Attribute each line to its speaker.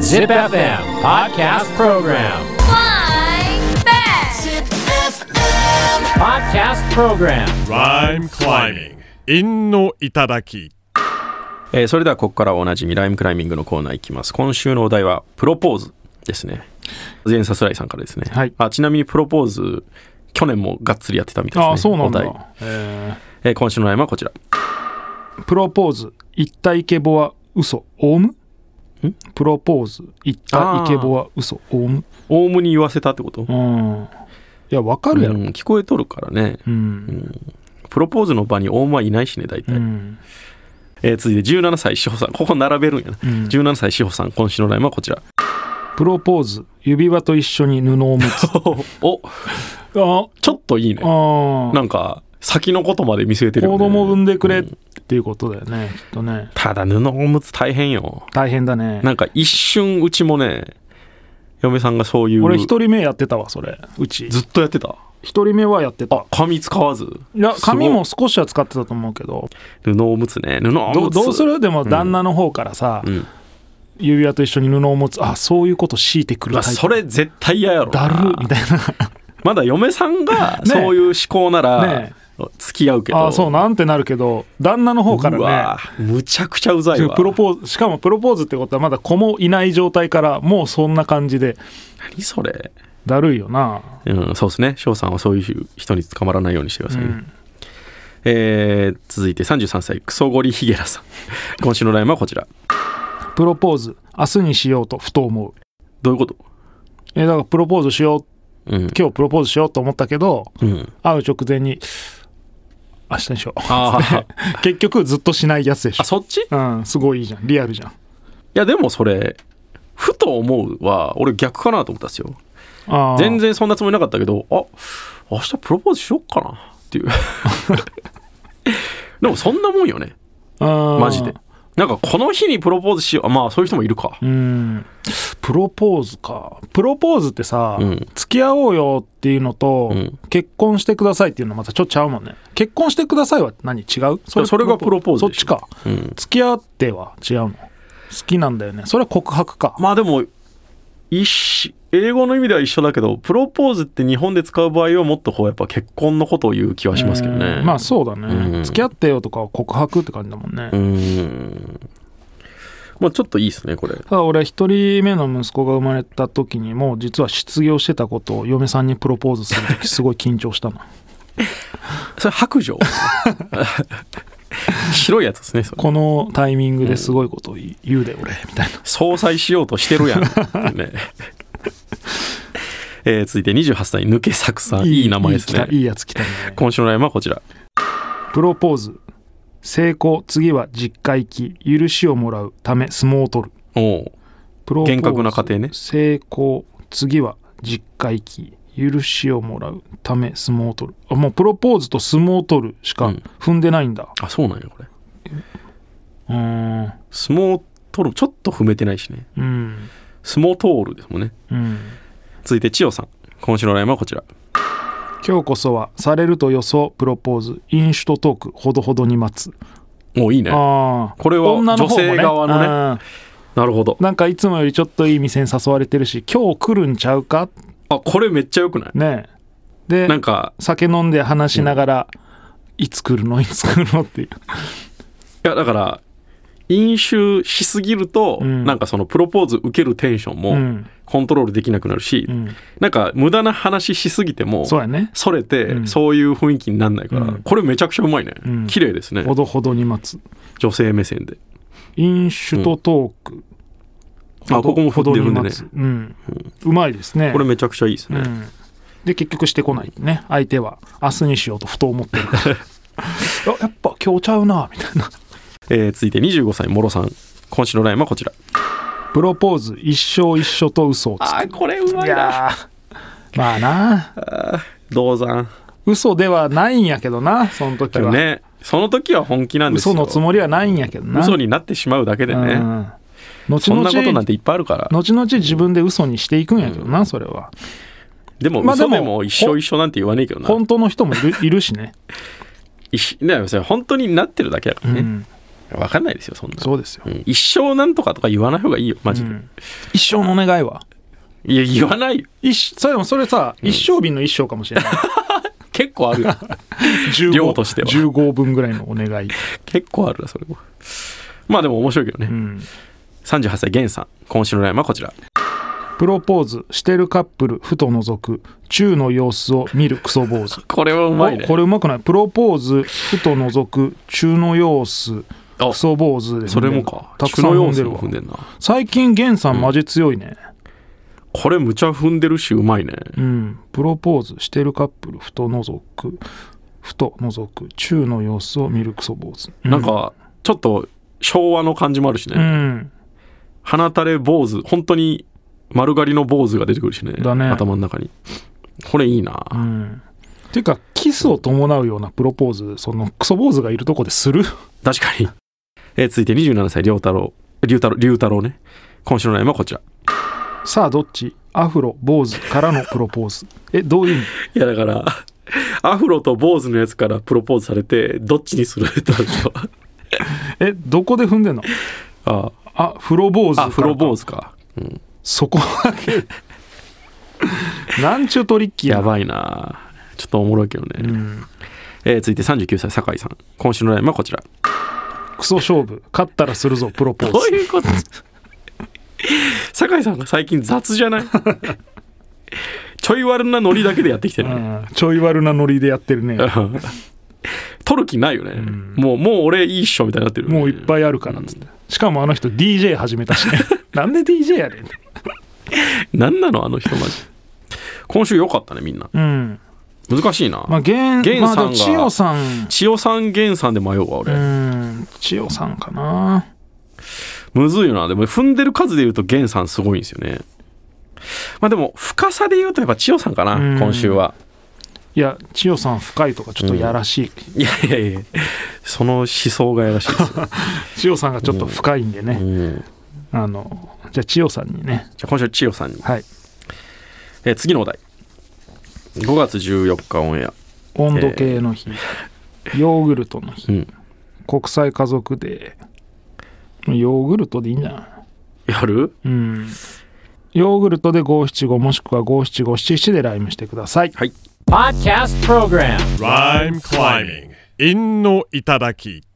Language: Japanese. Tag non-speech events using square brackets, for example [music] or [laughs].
Speaker 1: Zip FM Podcast Program.
Speaker 2: Flying back.
Speaker 1: Podcast Program.
Speaker 3: Rhyme climbing. 陰の頂き。
Speaker 4: えーそれではここからはおなじみライムクライミングのコーナーいきます今週のお題はプロポーズですね前さすらいさんからですね、
Speaker 5: はい
Speaker 4: あちなみにプロポーズ去年もがっつりやってたみたいですね
Speaker 5: ああ、そうなん
Speaker 4: お題
Speaker 5: だ。え
Speaker 4: えー今週のライムはこちら
Speaker 5: ープロポーズ、言ったイケボは嘘、オウム
Speaker 4: ん
Speaker 5: プロポーズ、言ったイケボは嘘、オウム
Speaker 4: オウムに言わせたってこと
Speaker 5: うん。いや、わか
Speaker 4: あ
Speaker 5: るやろ。
Speaker 4: 聞こえとるからね
Speaker 5: うん。
Speaker 4: プロポーズの場にオウムはいないしね大
Speaker 5: う
Speaker 4: 体、
Speaker 5: ん。
Speaker 4: えー続いて17歳志保さんここ並べるんやな、
Speaker 5: うん
Speaker 4: 17歳志保さん今週のライムはこち
Speaker 5: [laughs]
Speaker 4: ら
Speaker 5: プロポーズ、指輪と一緒に布を持つ。
Speaker 4: お
Speaker 5: [laughs] あ
Speaker 4: ちょっといいね
Speaker 5: あ
Speaker 4: なんか先のことまで見据えてるよね
Speaker 5: 子供産んでくれ
Speaker 4: う
Speaker 5: っていうことだよね、きっとね
Speaker 4: ただ布おむつ大変よ
Speaker 5: 大変だね
Speaker 4: なんか一瞬うちもね嫁さんがそういう
Speaker 5: 俺一人目やってたわそれうち
Speaker 4: ずっとやってた
Speaker 5: 一人目はやってた
Speaker 4: 紙使わず
Speaker 5: いや
Speaker 4: すごい
Speaker 5: 髪も少しは使ってたと思うけど
Speaker 4: 布おむつね布おむ
Speaker 5: ど
Speaker 4: つ
Speaker 5: どうするでも旦那の方からさ、
Speaker 4: うん
Speaker 5: 指輪と一緒に布を持つあそういうこと強いてく
Speaker 4: う
Speaker 5: る
Speaker 4: わ
Speaker 5: タイプ
Speaker 4: それ絶対嫌やろな
Speaker 5: だるみたい
Speaker 4: まだ嫁さんが
Speaker 5: ねえ
Speaker 4: そういう思考なら
Speaker 5: ね
Speaker 4: 付き合うけど、
Speaker 5: なあそうなんてなるけど旦那の方か
Speaker 4: うわ
Speaker 5: ら
Speaker 4: むちゃくちゃうざい
Speaker 5: ね
Speaker 4: わ
Speaker 5: プロポーズしかもプロポーズってことはまだ子もいない状態からもうそんな感じで
Speaker 4: 何それ
Speaker 5: だるいよな、
Speaker 4: うんそうですね翔さんはそういう人に捕まらないようにしてくだ
Speaker 5: う
Speaker 4: さいね、
Speaker 5: ん、
Speaker 4: えー続いて33歳クソゴリヒゲラさん今週のラインはこちら
Speaker 5: プロポーズ明日にしようとふと思う
Speaker 4: どういうこと
Speaker 5: えだからプロポーズしよう
Speaker 4: うん、
Speaker 5: 今日プロポーズしようと思ったけど
Speaker 4: うん、
Speaker 5: 会う直前に明日にしよ
Speaker 4: [laughs]
Speaker 5: う
Speaker 4: あー
Speaker 5: 結局ずっとしないやつでし
Speaker 4: あ
Speaker 5: ょ
Speaker 4: そっち
Speaker 5: うんすごいいいじゃんリアルじゃん
Speaker 4: いやでもそれふと思うは俺逆かなと思ったんですよ
Speaker 5: あー
Speaker 4: 全然そんなつもりなかったけどあ明日プロポーズしよっかなっていう [laughs] でもそんなもんよね
Speaker 5: うん
Speaker 4: マジでなんかこの日にプロポーズしようあまあそういう人もいるか
Speaker 5: うんプロポーズかプロポーズってさ、
Speaker 4: うん
Speaker 5: 付き合おうよっていうのと、
Speaker 4: うん
Speaker 5: 結婚してくださいっていうのまたちょっとちゃうもんね結婚してくださいは何違う
Speaker 4: それがプロポーズ
Speaker 5: そっ
Speaker 4: でし
Speaker 5: ち
Speaker 4: ょ
Speaker 5: か
Speaker 4: うん
Speaker 5: 付き合っては違うの好きなんだよねそれは告白か
Speaker 4: まあでも一緒英語の意味では一緒だけどプロポーズって日本で使う場合はもっとこうやっぱ結婚のことを言う気はしますけどね
Speaker 5: うんまあそうだね、
Speaker 4: うん
Speaker 5: 付き合ってよとかは告白って感じだもんね、
Speaker 4: うーんまあちょっといいですねこれ
Speaker 5: ただ俺は一人目の息子が生まれた時にもう実は失業してたことを嫁さんにプロポーズする時すごい緊張したな
Speaker 4: それ白状 [laughs] 白いやつですねそれ
Speaker 5: このタイミングですごいことを言うで俺みたいな
Speaker 4: 総裁しようとしてるやんっていう [laughs] ねえー続いて28歳抜け作さんいい名前です
Speaker 5: いい
Speaker 4: ね
Speaker 5: 来たいいやつ来たね
Speaker 4: 今週のラインはこちら
Speaker 5: プロポーズ成功次は実家行き許しをもらうため相撲を取る
Speaker 4: おお
Speaker 5: プロポーズ
Speaker 4: 厳格な家庭ね
Speaker 5: 成功次は実家行き許しをもらうため相撲を取るあもうプロポーズと相撲を取るしか
Speaker 4: うん
Speaker 5: 踏んでないんだ
Speaker 4: あそうなんやこれ
Speaker 5: うーん
Speaker 4: 相撲取るちょっと踏めてないしね
Speaker 5: うん
Speaker 4: 相撲通るですもんね
Speaker 5: うん
Speaker 4: 続いて千代さん今週のラインはこちら
Speaker 5: 今日こそはされると予想プロポーズ飲酒とトークほどほどに待つ
Speaker 4: おおいいね
Speaker 5: ああ
Speaker 4: これは女性側のね
Speaker 5: ね
Speaker 4: なるほど
Speaker 5: うんなんかいつもよりちょっといい店に誘われてるし今日来るんちゃうか
Speaker 4: あこれめっちゃよくない
Speaker 5: ねで
Speaker 4: なんか
Speaker 5: 酒飲んで話しながら、いつ来るのいつ来るのっていう
Speaker 4: いやだから飲酒しすぎると、
Speaker 5: うん
Speaker 4: なんかそのプロポーズ受けるテンション
Speaker 5: う
Speaker 4: も
Speaker 5: ん、
Speaker 4: コントロールできなくなるし、
Speaker 5: うん、
Speaker 4: なんか無駄な話しすぎても
Speaker 5: そうやね
Speaker 4: それ
Speaker 5: う
Speaker 4: て
Speaker 5: ん
Speaker 4: そういう雰囲気になんないから、
Speaker 5: うん
Speaker 4: これめちゃくちゃうまいね、
Speaker 5: うん
Speaker 4: 綺麗ですね
Speaker 5: ほどほどに待つ
Speaker 4: 女性目線で
Speaker 5: 飲酒とトーク、
Speaker 4: あここも振
Speaker 5: ほ
Speaker 4: っ
Speaker 5: ど
Speaker 4: てる
Speaker 5: に
Speaker 4: んで
Speaker 5: 待
Speaker 4: ね
Speaker 5: つ、うんうまいですね
Speaker 4: これめちゃくちゃいいですね、
Speaker 5: うん、で結局してこないね相手は明日にしようとふと思ってるか
Speaker 4: [laughs]
Speaker 5: らあやっぱ今日ちゃうなみたいな
Speaker 4: えー続いて25歳もろさん今週のラインはこちら
Speaker 5: プロポーズ一生一緒と嘘をつ
Speaker 4: あーこれうま
Speaker 5: くい
Speaker 4: いな
Speaker 5: やーまあな
Speaker 4: 銅山
Speaker 5: 嘘ではないんやけどなその時は、
Speaker 4: ねその時は本気なんですよ
Speaker 5: 嘘のつもりはないんやけどな
Speaker 4: 嘘になってしまうだけでね、
Speaker 5: うん後
Speaker 4: そん
Speaker 5: 々
Speaker 4: なことなんていっぱいあるから
Speaker 5: 後々自分で嘘にしていくんやけどな、それは
Speaker 4: でも
Speaker 5: まあで
Speaker 4: 嘘
Speaker 5: も
Speaker 4: でも一生一生なんて言わねえけどな、 [laughs]
Speaker 5: 本当の人もいるいるしね、
Speaker 4: いしねそれ本当になってるだけだか
Speaker 5: う
Speaker 4: らね、
Speaker 5: ん
Speaker 4: わかんないですよそんな
Speaker 5: そうですよ、
Speaker 4: うん一生なんとかとか言わない方がいいよマジで、
Speaker 5: うん一生のお願いはい
Speaker 4: や言わないよ
Speaker 5: 一それでもそれさ、一生瓶の一生かもしれない
Speaker 4: [laughs] 結構あ
Speaker 5: [laughs]
Speaker 4: る
Speaker 5: 15
Speaker 4: 量としては
Speaker 5: 15分ぐらいのお願い、
Speaker 4: 結構あるなそれもまあでも面白いけどね、
Speaker 5: うん、
Speaker 4: 38歳ゲンさん今週のラインはこちら
Speaker 5: プロポーズしてるカップルふと覗く中の様子を見るクソ坊主
Speaker 4: これ [laughs] はうまいね
Speaker 5: おこれうまくないプロポーズふと覗く中の様子
Speaker 4: あ
Speaker 5: クソ坊主で
Speaker 4: それもか
Speaker 5: たくさん
Speaker 4: 菊の
Speaker 5: 踏
Speaker 4: 要
Speaker 5: んで
Speaker 4: 素
Speaker 5: る
Speaker 4: も
Speaker 5: わ
Speaker 4: 踏んでんな
Speaker 5: 最近ゲンさんマジ強いね
Speaker 4: これむちゃ踏んでるしうまいね
Speaker 5: うん、プロポーズしてるカップルふと覗くふと覗く中の様子を見るクソ坊主、う
Speaker 4: なんかちょっと昭和の感じもあるしね、
Speaker 5: うん
Speaker 4: 鼻垂れ坊主本当に丸刈りの坊主が出てくるしね
Speaker 5: だね
Speaker 4: 頭の中にこれいいな、
Speaker 5: うんていうかキスを伴うようなプロポーズそのクソ坊主がいるとこでする [laughs]
Speaker 4: 確かに、えー続いて27歳龍太郎龍太郎龍太郎ね今週のラインはこちら
Speaker 5: さあどっちアフロ坊主からのプロポーズえどういう意味
Speaker 4: いやだからアフロと坊主のやつからプロポーズされてどっちにするってなるでしょ
Speaker 5: えどこで踏んでんの
Speaker 4: あ
Speaker 5: あフロ坊主
Speaker 4: あフロ坊
Speaker 5: 主
Speaker 4: 主か、うん、
Speaker 5: そこ
Speaker 4: [laughs]
Speaker 5: だけなんちゅうトリッキーな
Speaker 4: やばいなちょっとおもろいけどね、
Speaker 5: うん
Speaker 4: えー続いて39歳酒井さん今週のラインはこちら
Speaker 5: クソ勝負勝ったらするぞプロポーズ
Speaker 4: いうこと酒井さんが最近雑じゃないちょい悪なノリだけでやってきてるね
Speaker 5: うんちょい悪なノリでやってるね
Speaker 4: 取る気ないよね、もうもう俺いいっしょみたいになってるよね、
Speaker 5: もういっぱいあるからっつってしかもあの人 DJ 始めたし
Speaker 4: [laughs]
Speaker 5: ねなんで DJ やねん
Speaker 4: なんなのあの人マジ今週良かったねみんな
Speaker 5: うん
Speaker 4: 難しいな、
Speaker 5: まあ源
Speaker 4: 源
Speaker 5: まあ
Speaker 4: さ
Speaker 5: で
Speaker 4: ん
Speaker 5: も
Speaker 4: が
Speaker 5: 千代さん
Speaker 4: 千代さん源さんで迷うわ俺、
Speaker 5: うん千代さんかな
Speaker 4: むずいよなでも踏んでる数で言うと源さんすごいんですよねまあでも深さで言うとやっぱ千代さんかな、
Speaker 5: うん
Speaker 4: 今週はい
Speaker 5: や千代さん深いとかちょっとやらしい、
Speaker 4: いやいやいやその思想がやらしいですよ、
Speaker 5: 千代さんがちょっと深いんで
Speaker 4: う
Speaker 5: ね、
Speaker 4: ん
Speaker 5: あのじゃあ千代さんにね
Speaker 4: じゃあ今週は千代さんに、
Speaker 5: はい
Speaker 4: えー次のお題5月14日オンエア
Speaker 5: 温度計の日、ヨーグルトの日、
Speaker 4: うん
Speaker 5: 国際家族デーヨーグルトでいいんじゃない
Speaker 4: やる
Speaker 5: うんヨーグルトで五七五もしくは五七五七七でライムしてください。
Speaker 1: Podcast Program
Speaker 3: Rhyme climbing. 韻の頂き。